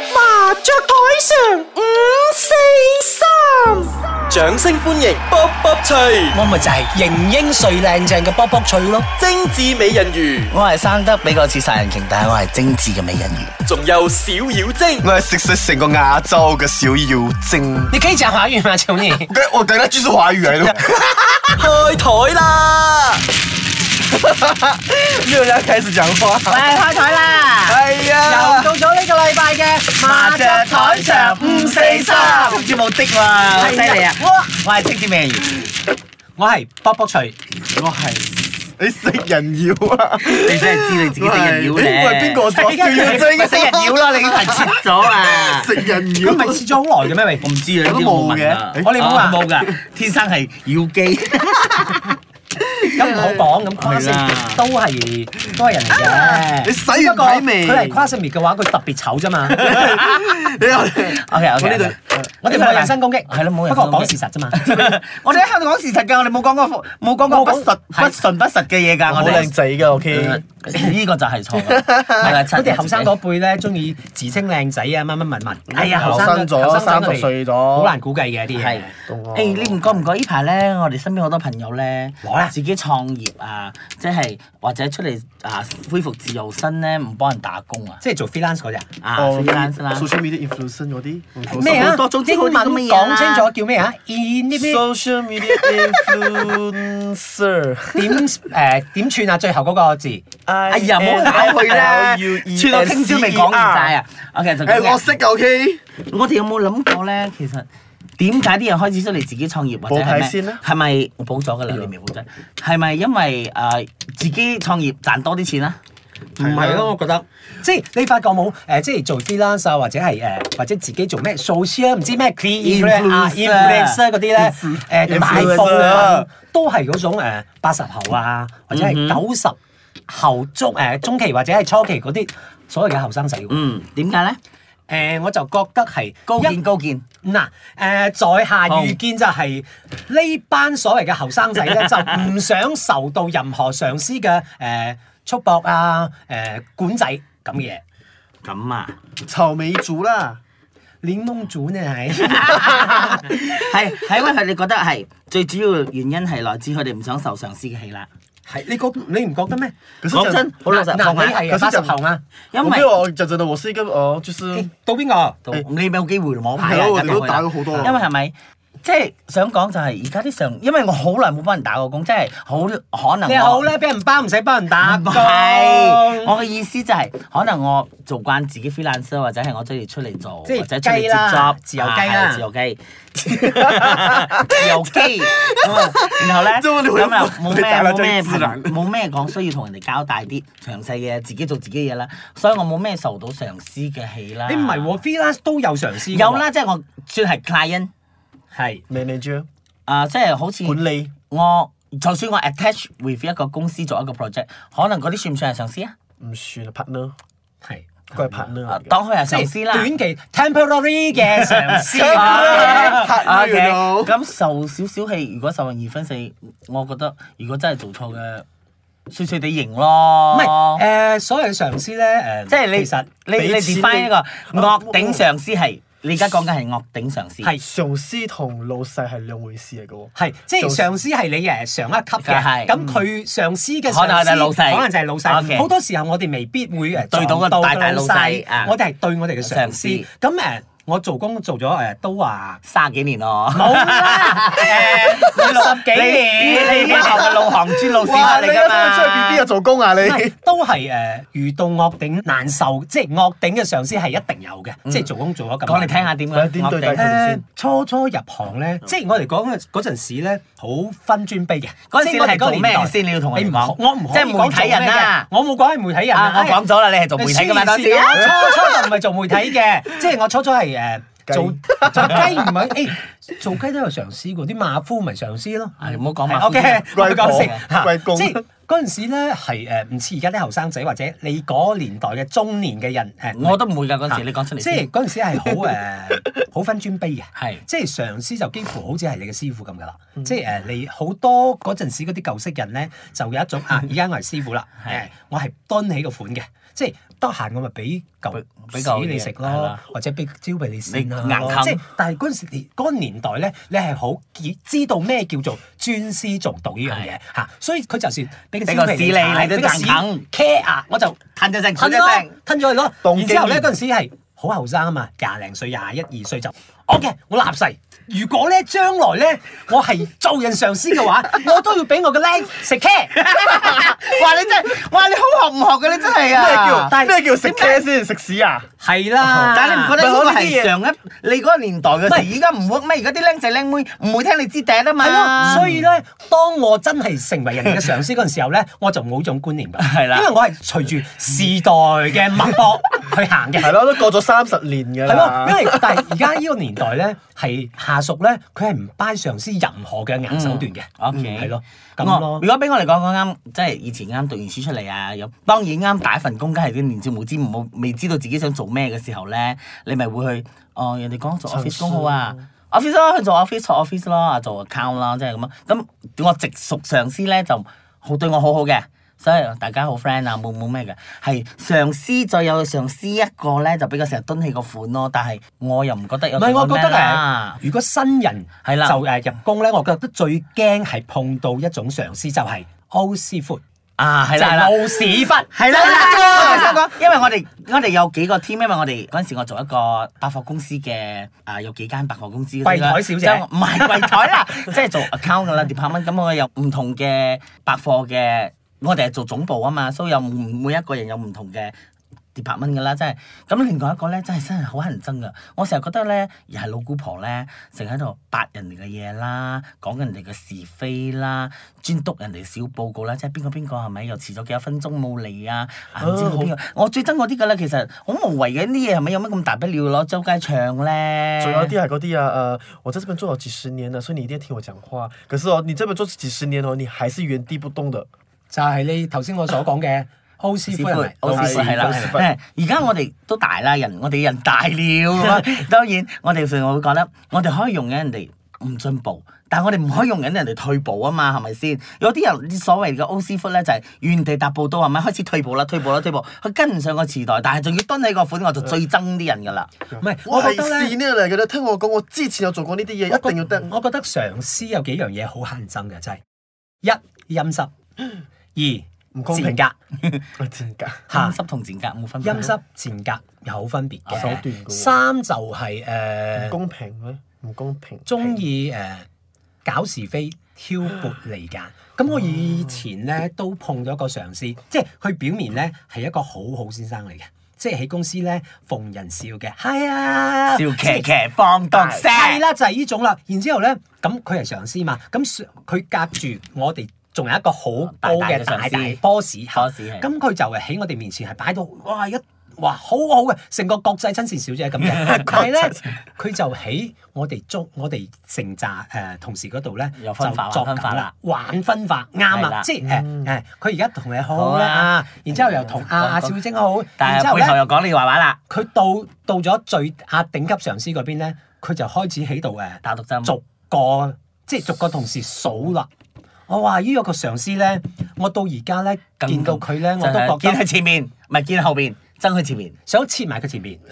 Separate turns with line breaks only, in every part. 雀台上五四三，掌聲歡迎卜卜脆，
我咪就係型英帥靚正嘅卜卜脆咯。
精緻美人魚，
我係生得比較似殺人鯨，但係我係精緻嘅美人魚。
仲有小妖精，
我係食食成個亞洲嘅小妖精。
你可以講華語嗎，求你？
我我等下繼續華語嚟咯。
開台啦！
又要開始講話。
喂，開台 啦！
哎
à.
呀，
到咗呢個禮拜嘅麻雀台上五四三，好似冇的喎，犀利啊！我係精緻美人魚，我係卜卜脆，我係
你食人妖啊？
你真係知你自己食人 妖咧？
我係邊 個作小妖精？
咪食人妖啦！你 已經係切咗
啊
啦。
食人
咁
妖
唔。係切咗好耐嘅咩？喂，我唔知
有
啊，
都
呢啲
冇
我
嘅
問啊
誒
我哋冇話
啊
冇㗎，天生係妖 姬。咁唔好講，咁跨性別都係都係人嚟嘅。
你洗完
不過
睇未
佢係跨性別嘅話，佢特別醜啫嘛。
你又
OK
我
OK，
呢度
我哋唔係人身攻擊，係咯，冇人。不過講事實啫 嘛。
我哋喺香港講事實㗎，我哋冇講過冇講過不實不純不實嘅嘢㗎，我哋
仔㗎
嗯
，OK。
呢個就係錯嘅，係啦，
佢
佢
哋後生嗰輩咧，中意自稱靚仔啊，乜乜文文。哎呀，
後
後
生
生
咗，三十歲
好
咗。
難估計嘅啲嘢
係。。誒，你唔覺唔覺呢排咧？我哋身邊好多朋友咧，
攞啦
自己創業啊，即係或者出嚟啊，恢復自由身咧，唔幫人打工啊，
即係做 freelance 嗰啲啊。
啊 f r e 啦。
哦 social media influencer 嗰啲
咩啊？
好多總之
英
好
文
啲咁嘅嘢啦
講清楚叫咩啊？in 呢邊
social media influencer。
點誒點串啊？最後嗰個字
哎
哎
呀，唔好搞佢啦，
串
串到聽朝未講完晒！啊！OK，就咁嘅
誒，我識嘅 OK。
我哋有冇諗過咧？其實點解啲人開始出嚟自己創業或者係
報牌
咩
先啦
係咪我補咗
啊
㗎啦？你未補啫？係咪因為誒、
ờ,
呃自己創業賺多啲錢啊？
唔係咯，我覺得即係你發覺冇誒，即係做 freelance 啊，或者係誒，或者自己做咩 social 唔知咩 create 咧啊
Influencer
，influencer 嗰啲咧呃誒
Influencer
大部分啊都係嗰種誒八十後啊，或者係
嗯
九十後中誒中期或者係初期嗰啲所謂嘅後生仔喎。
嗯，點解咧？
誒我就覺得係
高
一
見高見，
嗱，誒、在下預見就係、呢班所謂嘅後生仔咧，就唔想受到任何上司嘅誒、 束縛啊、誒、管制咁嘅嘢。
咁啊，
草莓族啦，
檸檬煮呢係，
係係因為佢哋覺得係最主要原因係來自佢哋唔想受上司嘅氣啦。
係你覺你唔覺得咩？
講真，好老實
嗱，你
講啊，
係八十後嘛？
因
我
為
沒有，講真的，我是一個呃，就是
誒到邊個？
到你有機會攞牌
係
啊！
咯我哋都
入去啦
打咗好多啦
因為係咪？即係想講就係而家啲上，因為我好耐冇幫人打過工，即係好可能
你
我
好咧，俾人包唔使幫人打
唔
工。
係，我嘅意思就係、可能我做慣自己 freelancer，或者係我中意出嚟做，
即係
或者出嚟
雞
接
啦
job，
自由雞啦
啊係自由雞，自由 雞。咁啊然後咧，
即係我哋會
咁啊冇
你打
咩
得
冇咩
真自然
朋冇咩講需要同人哋交代啲詳細嘅嘢，自己做自己嘢啦，所以我冇咩受到上司嘅氣啦。
你唔係喎，freelance 都有上司。
有，啦，即係我算係 client
係
美美豬
啊、即係好似
管理
我就算我 attach with 一個公司做一個 project，可能嗰啲算唔算係上司啊？
唔算啊，partner，
係。
佢係 partner
啊
嚟嘅。
當佢係上司啦。
短期 temporary 嘅上司。
啊
partner，partner，you know
咁受少少氣，如果受人二分四，我覺得如果真係做錯嘅，碎碎地認咯。
唔係誒，所謂上司咧誒，
哦即係你
其實
你你
俾錢
define
你
一個惡頂上司係，你而家講緊係惡頂上司。
係
上司同老細係兩回事嚟嘅喎。
係即係上司係你誒上一級嘅，
就係
咁佢上司嘅
可
上
能
司
係老細
可能就係老細。
OK
好多時候我哋未必會誒
對到個
撞
大大老細啊
我哋係對我哋嘅上
上
司。
司
咁誒，我做工做咗誒都話
卅幾年咯。
冇 啦，誒六十幾
你
年
你以後嘅路行專路屎忽嚟㗎
出去 B B
嘛
啊？做工啊你？
唔 係都係誒遇到惡頂難受，即係惡頂嘅上司係一定有嘅，即係做工做咗咁。
嗯講嚟聽下點
喂
樣
點對
惡
待
頂。
佢
誒
先
呃初初入行咧，即係我哋講嘅嗰陣時咧，好分尊卑嘅。
嗰陣時
即係我哋
嗯你係做
個年代
咩先你要同我哋
你唔
講
我唔可以
即係媒
講做
體人啦
咩嘅我哎冇講係媒體人
啊！我講咗啦，你係做媒體㗎嘛？當時
我啊初初就唔係做媒體嘅， 即係我初初係誒
雞
做做雞唔係 誒做雞都有上司嗰啲馬夫咪上司咯。
係唔好講馬夫
O K，我
龜
講
公
先
龜公
即係嗰陣時咧係誒唔似而家啲後生仔或者你嗰年代嘅中年嘅人呃誒，
我都唔會㗎嗰陣時，你講出嚟
啊即
先。
係嗰陣時係 好誒，好分尊卑嘅。啊
係
即係上司就幾乎好似係你嘅師傅咁噶啦。
嗯
即係誒，你好多 嗰陣時嗰啲舊式人咧，就有一種啊，而家我係師傅啦，誒，我係蹲起個款嘅，即係得閒我咪俾嚿
俾嚿
屎你食
嘢係
咯
啦，
或者俾蕉俾你先啦
你硬啃
即係但係嗰陣時嗰個年代咧，你係好知知道咩叫做尊師重道呢樣嘢嚇，所以佢就算俾個
俾個
蕉皮
屎你
踩
你都
俾個
硬
屎
啃
care 啊，我就。
吞咗聲，
吞
吞
咗
咗聲。
吞咗佢咯。
動機
然之後咧，嗰陣時係好後生啊嘛，廿零歲、廿一二歲就 OK，我立誓。如果咧將來咧我係做人上司嘅 話，我都要俾我個僆食 care。
哇！你真係，哇！你好學唔學嘅你真係
咩
啊！
叫
但係
咩叫食茄先食屎啊？
係啦，
但係你唔覺得呢個
咪
係上一你嗰個年代
唔係
嘅事，而家唔 work 咩？而家啲僆仔僆妹唔會聽你支笛啊
係
嘛。
咯，所以咧，當我真係成為人哋嘅上司嗰陣時候咧，我就冇呢種觀念㗎。
係啦
因為我係隨住時代嘅脈 搏去行嘅。
係咯，都過咗三十年㗎
係咯，
啦
因。為但係而家呢個年代咧，係下屬咧，佢係唔 buy 上司任何嘅硬手段嘅。嗯
O K，
係咯，咁咯
如。果俾嗯我嚟講，我啱即係以前啱讀完書出嚟啊，有當然啱打份工，梗係啲年少無知冇未知道自己想做咩嘅時候咧，你咪會去哦人哋講做
嘗試
office 工好啊。office 咯，去做 office 做 office 咯，啊做 account 啦，即係咁啊。咁我直屬上司咧就好對我好好嘅，所以大家好 friend 啊，冇冇咩嘅。係上司再有上司一個咧，就比較成日蹲起個款咯。但係我又唔覺得有
唔係，我覺
咁啊
得
咩啦
à.
誒，如果新人
係啦
就誒入工咧，我覺得最驚係碰到一種上司就係屙屎忽，
啊係
就
啦係
係
啦。
老屎忽，
係
係
啦，我就想講，因為我哋我哋有幾個 team，因為我哋嗰陣時我做一個百貨公司嘅啊，有幾間百貨公司嗰啲啦
櫃台小姐
即係我唔係櫃台啦， 即係做 account 噶啦，department 咁我有唔同嘅百貨嘅，我哋係做總部啊嘛，所以有每一個人有唔同嘅。department 噶啦，真係咁另外一個咧，真係真係好乞人憎噶。我成日覺得咧，又係老姑婆咧，成日喺度八人哋嘅嘢啦，講人哋嘅是非啦，專督人哋小報告啦，即係邊個邊個係咪又遲咗幾多分鐘冇嚟啊？啊唔知道邊
哦
個？我最憎嗰啲噶啦，其實好無謂嘅呢啲嘢，係咪有乜咁大不了攞周街唱咧？
仲有啲係嗰啲啊，誒，我在這邊做咗幾十年啊了，所以你一定要聽我講話。可是哦，你這邊做幾十年哦，你還是原地不動的。
就係你頭先我所講 嘅屙屎忽係咪哦
好
老
似
屎
係啦
老屎，忽
誒而家我哋都大啦，人我哋人大 了，當然我哋仲會覺得我哋可以容忍人哋唔進步，但係我哋唔可以容忍人哋退步啊嘛，係咪先？有啲人所謂嘅 O 師傅咧就係原地踏步到係咪開始退步啦，退步啦，退步，佢跟唔上個時代，但係仲要蹲起個款，我就最憎啲人㗎啦。
唔係，
我
我
係
覺得
試
咧。
呢嚟嘅啦，聽我講，我之前有做過呢啲嘢，一定要得。
我覺得上司有幾樣嘢好乞人憎嘅，就係一陰濕，二
唔公
賤
平
格
我真㗎，
嚇
陰，濕同賤格冇分別。
陰濕賤格有分別
手段嘅
嘅。
喎
三就係
唔
誒
公平咩？唔公平。
中意誒搞是非、挑撥離間。咁我以前咧
哦
都碰咗個上司，即係佢表面咧係一個好好先生嚟嘅，即係喺公司咧逢人笑嘅，係啊，
笑騎騎放毒蛇。
係啦，就係、呢種啦。然之後咧，咁佢係上司嘛，咁上佢隔住我哋。仲有一個好高嘅
大
大
大嘅上
大
司
boss，
boss 係
咁佢就係喺我哋面前係擺到哇一哇好好嘅，成個國際親善小姐咁 嘅。但係咧，佢就喺我哋中我哋成扎誒同事嗰度咧，
有分化
就作
玩分化
緊
啦，
玩分化啱
係啦嗯
啦，即係誒誒，佢而家同你好
好啊啦
啦，然之後又同阿阿小晶好，然
但
之
係
後
背後
咧。
又講你壞話啦，
佢到到咗最壓頂級上司嗰邊咧，佢就開始喺度誒，
打毒針。
逐個即係逐個同事數啦。我話呢個個上司咧，我到而家咧
更
見到佢咧，我
就係
都覺
見
得
佢前面，唔係見佢後邊，爭佢前面。
想切埋佢前面。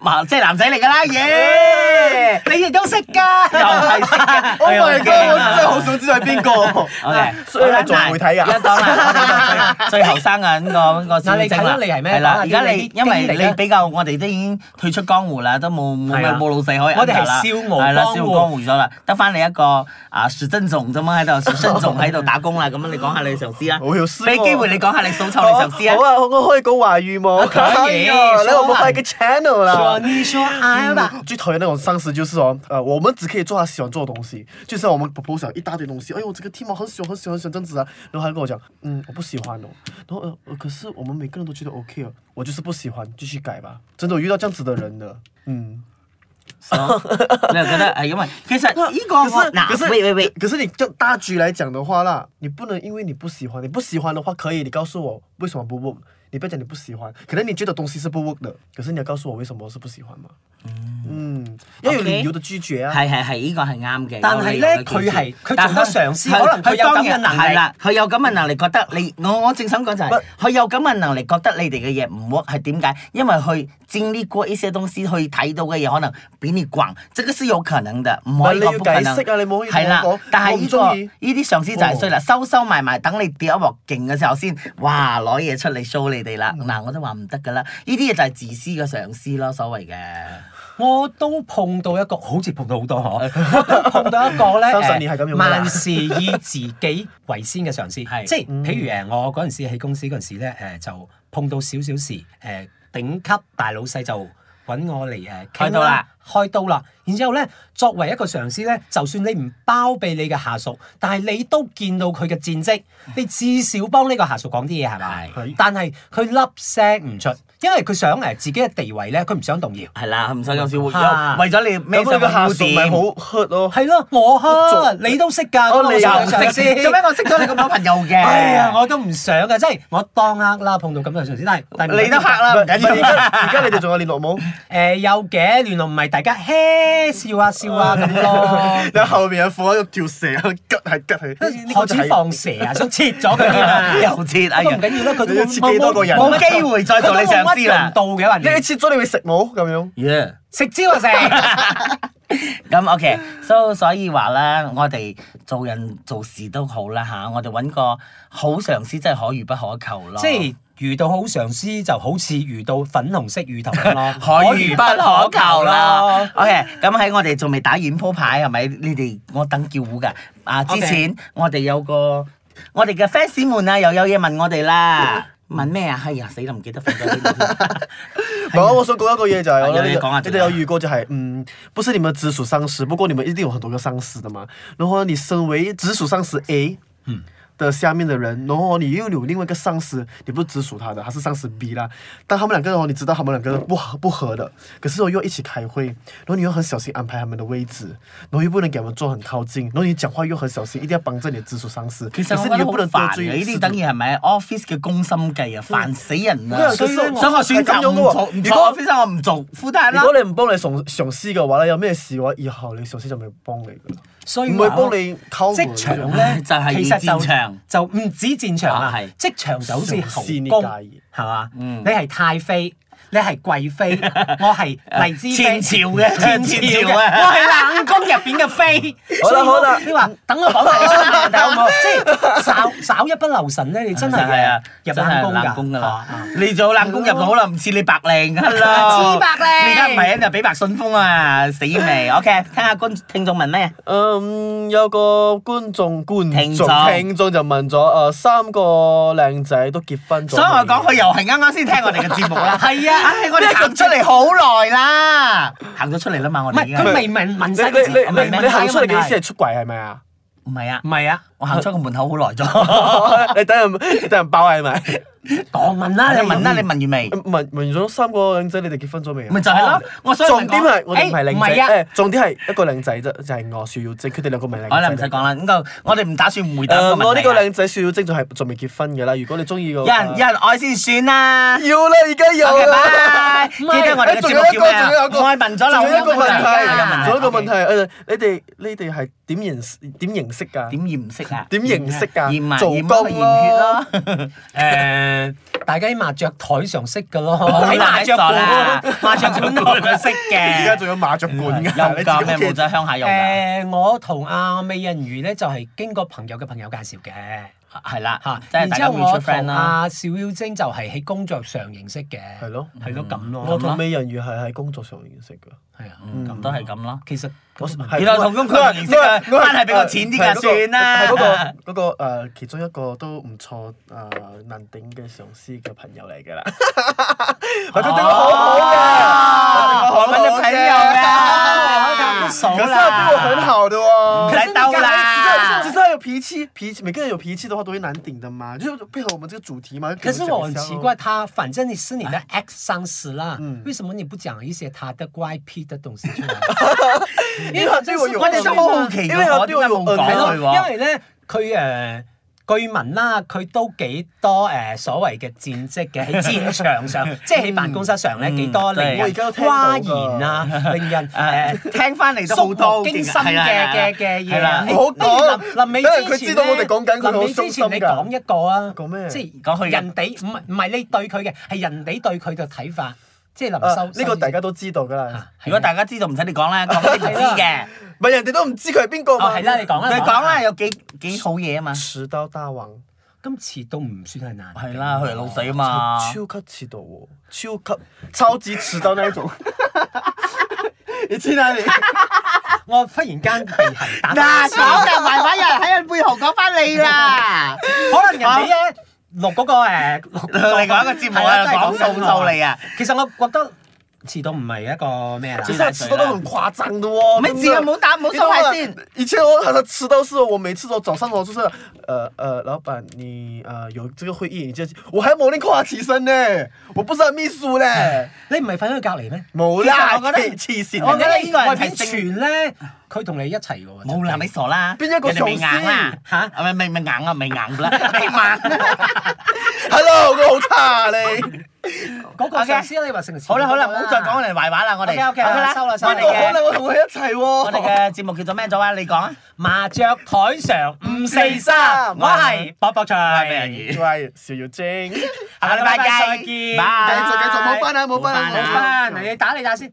嘛，即係男仔嚟㗎啦，耶！
你哋都識㗎，
又係識嘅
Oh my
哎
god！
呀
我真
好
係好想知道係邊 個。
驚
哎
啊 OK，
所以係做媒體啊
一 當啦，最最後生啊，呢個呢個小
嗱你
精
睇
啦
啦，你係咩
啦，而
講下
家你
啲
因為
經歷
你
啦
比較，我哋都已經退出江湖啦，都冇冇
係啊
冇老細可以
我哋係
under 啦
笑傲
係
江
啦，
湖
笑傲江湖咗啦，得翻你一個啊，徐真仲啫嘛喺度，徐真仲喺度打工啦，咁你講下你上司啦，
我有試過
俾機會你講下你數臭你上司啊
好，啊，我可以講華語嗎？
啊可以
哎
說
呦來我們換一個 channel 啦嗯
說。啊你哎說愛吧。
最讨厌那种上司就是哦，呃，我们只可以做他喜欢做的东西，就是我们 propose 了一大堆东西，哎呦，这个 team 我很喜欢，很喜欢，很喜欢这样子啊，然后他就跟我讲，嗯，我不喜欢哦，然后呃，呃可是我们每个人都觉得 OK 哦，我就是不喜欢，继续改吧，真的我遇到这样子的人的，嗯，
你又覺得係因為其實呢個
可
我
是可
嗱，
是
喂喂喂。
可是你就大局来讲的话啦，你不能因为你不喜欢，你不喜欢的话可以，你告诉我为什么不 work，你不要讲你不喜欢，可能你觉得东西是不 work 的，可是你要告诉我为什么是不喜欢嘛，嗯，要有
OK
理由的拒絕啊。
係係係，呢個係啱嘅。
但係
有理
呢
由嘅
佢
拒絕
係佢
但
做得上司
佢
可能佢有咁嘅
當然
能力
係啦，佢有咁嘅能力，覺得你我我正想講就係佢有咁嘅能力，覺得你哋嘅嘢唔 work 係點解？因為佢經歷過一些東西，去睇到嘅嘢可能比你廣，這個是有可能的，唔可以
唔係你
講
要
不可能。
解釋啊你冇可以
係啦
同我講，
但係
我唔
呢
中
個
意哦
呢啲上司就係衰啦，收收埋埋，等你跌一鑊勁嘅時候先，哇攞嘢出嚟 show 你哋啦。嗱，我都話唔得㗎啦，呢啲嘢就係自私嘅上司咯，所謂嘅。
我都碰到一個，好似碰到好多 嗬，我都碰到一個咧，
相信你係咁樣㗎啦
誒萬事以自己為先嘅上司，即
係
係
嗯
譬如誒，我嗰陣時喺公司嗰陣時咧，誒就碰到少少事，誒頂級大老細就揾我嚟誒傾
開刀啦，
開刀啦，然之後咧，作為一個上司咧，就算你唔包庇你嘅下屬，但係你都見到佢嘅戰績，你至少幫呢個下屬講啲嘢係咪？
嗯係
但係佢粒聲唔出，因為佢想誒自己嘅地位咧，佢唔想動搖。
係啦，唔使有少活
嚇
憂，為咗你
啊咁
孭
佢
上
個
個
下
污
屬咪
點
好。hurt 咯。
係咯，我
做
蝦你都識㗎，
哦
咁我
你又
上
又
上 司
識做咩？？我識咗你咁多朋友嘅。
哎呀，我都唔想㗎，即係我當黑啦，碰到咁嘅上司，但係但係
你都黑啦，唔緊
唔係而
要。
家而家你哋仲有聯絡冇？
誒有嘅，原來唔係大家嘿笑下笑下咁 咯。
你後面有放一條蛇，吉係吉係。
何止放蛇啊！想切咗佢添啊！
又切哎
不
呀
過唔緊要啦，佢都
你要切幾多個人
冇機會再做你上司
佢都
啦
冇乜人道嘅，
你
人哋
你切咗你會食冇咁樣？
Yeah，
食蕉啊食。
咁 OK，so 所以話啦，我哋做人做事都好啦吓，我哋揾個好上司真係可遇不可求咯。
即係遇到好上司就好似遇到粉紅色魚頭咁咯，
可遇不可求啦。。OK，咁喺我哋仲未打完鋪牌係咪？你哋我等叫糊㗎。啊，之
OK
前我哋有個我哋嘅 fans 們啊，又有嘢問我哋啦。問咩啊？哎呀，死啦，唔記得瞓咗呢度。
唔係，我哎想講一個嘢就
係
係，我覺得
有嘢講啊
哎你
仲
哋
有
有遇過就係，嗯，不是你們直屬上司，不過你們一定有很多個上司的嘛。然後你身為直屬上司 A，的下面的人，然後你又有另外一個上司，你不是直屬他的，他是上司 B 啦。但他們兩個人哦，你知道他們兩個不合不合的，可是哦又一起开会，然後你又很小心安排他們的位置，然後又不能給他們坐很靠近，然後你講話又很小心，一定要幫着你的直屬上司。
其實
可
我覺
是
得
你又
好
不能得啊
煩嘅，啊
罪
呢啲
直
等於係咪 office 嘅攻心計啊，煩死人
因
啊！
為
所
所
以
以
我
我
選擇唔
係咁樣嘅喎
做唔
如
做
果
office，我唔做 full time
如
啦。
果你唔幫你上上司嘅話咧，有咩事嘅話，以後你上司就咪幫你噶啦，
所以
唔
話
會幫你溝啊
職場咧，
就係
其實
戰場
就就唔止戰場
啊
啊
係，嗯
職場就好似後
上司呢家
宮
嘢，
係嘛？你係太妃，你係貴 妃，我係荔枝妃
前朝嘅
前朝
前
嘅，
朝啊
我係冷宮入邊嘅妃。
好啦
所以我
好啦
你話等我講埋你出問題好唔 好？即係稍稍一不留神咧，你真係
係啊，
入冷宮㗎
工㗎啦
啊。
你做冷宮入好啦，唔似你白領㗎啦。
似白領
你而家唔係啊，就俾白信封啊，死未？OK，聽下觀聽眾問咩？
嗯，有個觀眾觀
聽
眾
眾
聽眾就問咗，誒、三個靚仔都結婚咗未，
所以我講佢又係啱啱先聽我哋嘅節目啦。
係啊
唉，我哋行出嚟好耐啦，行咗出嚟啦嘛，我
唔
哋
係
已經
佢未問問
你
曬個字，
你
問
你你你
問晒
行
個
出嚟
問
嘅意思
題
係出軌係 咪啊？
唔係啊
唔，係啊，
我行出個門口好耐咗。
你等人你等人包係咪？
講問啦，
你問啦，
問
你問完未？
問問咗三個靚仔，你哋結婚咗未啊
咪？就係咯，我所以咪哎
重點係我哋唔係
誒唔
靚仔，
係
誒、
啊
重點係一個靚仔啫，就係、我邵耀晶，佢哋兩個唔係靚仔。
講好啦，唔使講。啦，咁就我哋唔打算回答呢個問題啊。
誒，呃我呢個靚仔邵耀晶仲係仲未結婚嘅啦。如果你中意嘅
有
話，
人有人愛先算啦。
要啦，而家有啊
OK，
啦。
拜。記得我哋嘅
哎仲
節
有
目
一
叫咩啊
個，仲有一個，
我係問咗
仲有
漏
一個問題，
啊
仲有一個問題，
題。
誒，你哋你哋係點認點認識㗎？
點認識啊？
點認識
驗
㗎？
啊
做
驗乜
工
驗血
咯
咯。。
誒，大家喺麻雀台上識㗎咯，
啦
喺麻雀
啦
館，麻雀館度識
而家
嘅。
仲有麻雀館㗎，
嗯有
你
㗎
自
咩？
己屋
冇
企
仔鄉下有㗎。
誒，我同阿美人魚咧就係經過朋友嘅朋友介紹嘅
係啦
嚇，，
嗯即係
然
大
之
家
後
mutual
我
friend
同
啦。
阿小妖精就係喺工作上認識嘅，
係咯
係咯咁
我
咯，
同美人魚係喺工作上認識㗎。
係啊，
咁都係咁咯。
其實
我
咁
係
原來同工佢認識啊
我係
關係比較淺啲㗎
係嗰個
算啦
係嗰個嗰個誒其中一個都唔錯誒難頂嘅上司嘅朋友嚟㗎啦。佢對我好好㗎，
我揾咗朋友
我搞
啦
不。熟
可是他
啦，
對我很好的哦。
可是你剛才
只是要有脾氣，脾气每个人有脾气的话都会难顶的嘛，就是配合我们这个主题嘛。
可是我很奇怪，，他反正你是你的
哎
X 上司啦，
嗯
为什么你不讲一些他的怪癖的东西出 来？
因为他对我有，
我哋都好好奇
因为
嘅，
他
我
对
點解冇
我有呃恩
講
係咯，
佢
因
喎？
為咧佢誒據聞啦，佢都幾多誒、呃所謂嘅戰績嘅喺戰場 上，即係喺辦公室上咧幾多令
對
我
人
而家都聽到㗎
譁然 啊，令人誒。
誒，聽返嚟都好多，
觸目驚心
勁啊，係
嘅
啦，係啦，
嘅嘅嘢
係啦，
啊！
唔好講
臨臨尾
因為
之
佢
前
知道我哋講緊佢
臨
好
尾
傷
之
心
前你
㗎
講一個啊，
講咩
即係
講佢嘅
人哋唔係唔係你對佢嘅，係人哋對佢嘅睇法，即係臨
啊
收。
呢個大家都知道㗎啦，
啊係咩
如果大家知道，唔使你講啦，講俾你知嘅。
唔係人哋都唔知佢係邊個
哦
嘛。
係啦，你講啦，
佢講啦，有幾-幾好嘢啊嘛。
遲到大王，
今次都唔算係難。
係啦，佢係老死啊嘛。
超級遲到喎，超級超級遲到那一種。你去哪裡？
我忽然間 被人打
嗱，
打笑，
講就慢慢有人喺人背後講返你啦。
可能人哋咧錄嗰個誒
Ờ,
錄
另外一個節目啊，
係啦都係
講數
咁樣
數你啊。
其實我覺得遲到唔係一個咩啦
其。實遲到都很誇張的喎。
咪
真
自
的
己冇打冇
你懂嗎
收埋先
以前我他遲到是我每次都早上我就是，呃呃，老闆你呃有這個會議，你就我還冇拎跨起身呢，我不是秘書呢。
你唔係瞓喺佢隔離咩？
冇啦，
其實我覺得
黐線
我
我
覺
覺
得
得
呢
呢
個
個
人係
外邊
正
傳咧，佢同你一齊嘅喎。
冇啦，你傻啦！
邊一個
人哋未
上司
硬啦？
嚇
啊咪咪咪硬啊，咪硬啦，未硬。
，Hello，我好差你。
嗰個上司你話成
好啦好啦，唔好再講我哋壞話啦，我哋
OK，OK，收啦收
我
啦
哋
我可
嘅
能我同佢一齊喎。
我哋嘅節目叫做咩咗啊？你講啊！
麻雀台上五四三，我係博博
係
菜，
咩人魚？
喂，小妖精，繼續繼
下個禮
下個禮
拜
拜再
見，
見
拜
續冇翻啊，冇翻啊，
好
冇返
冇
啊
翻。
翻，你打你打先。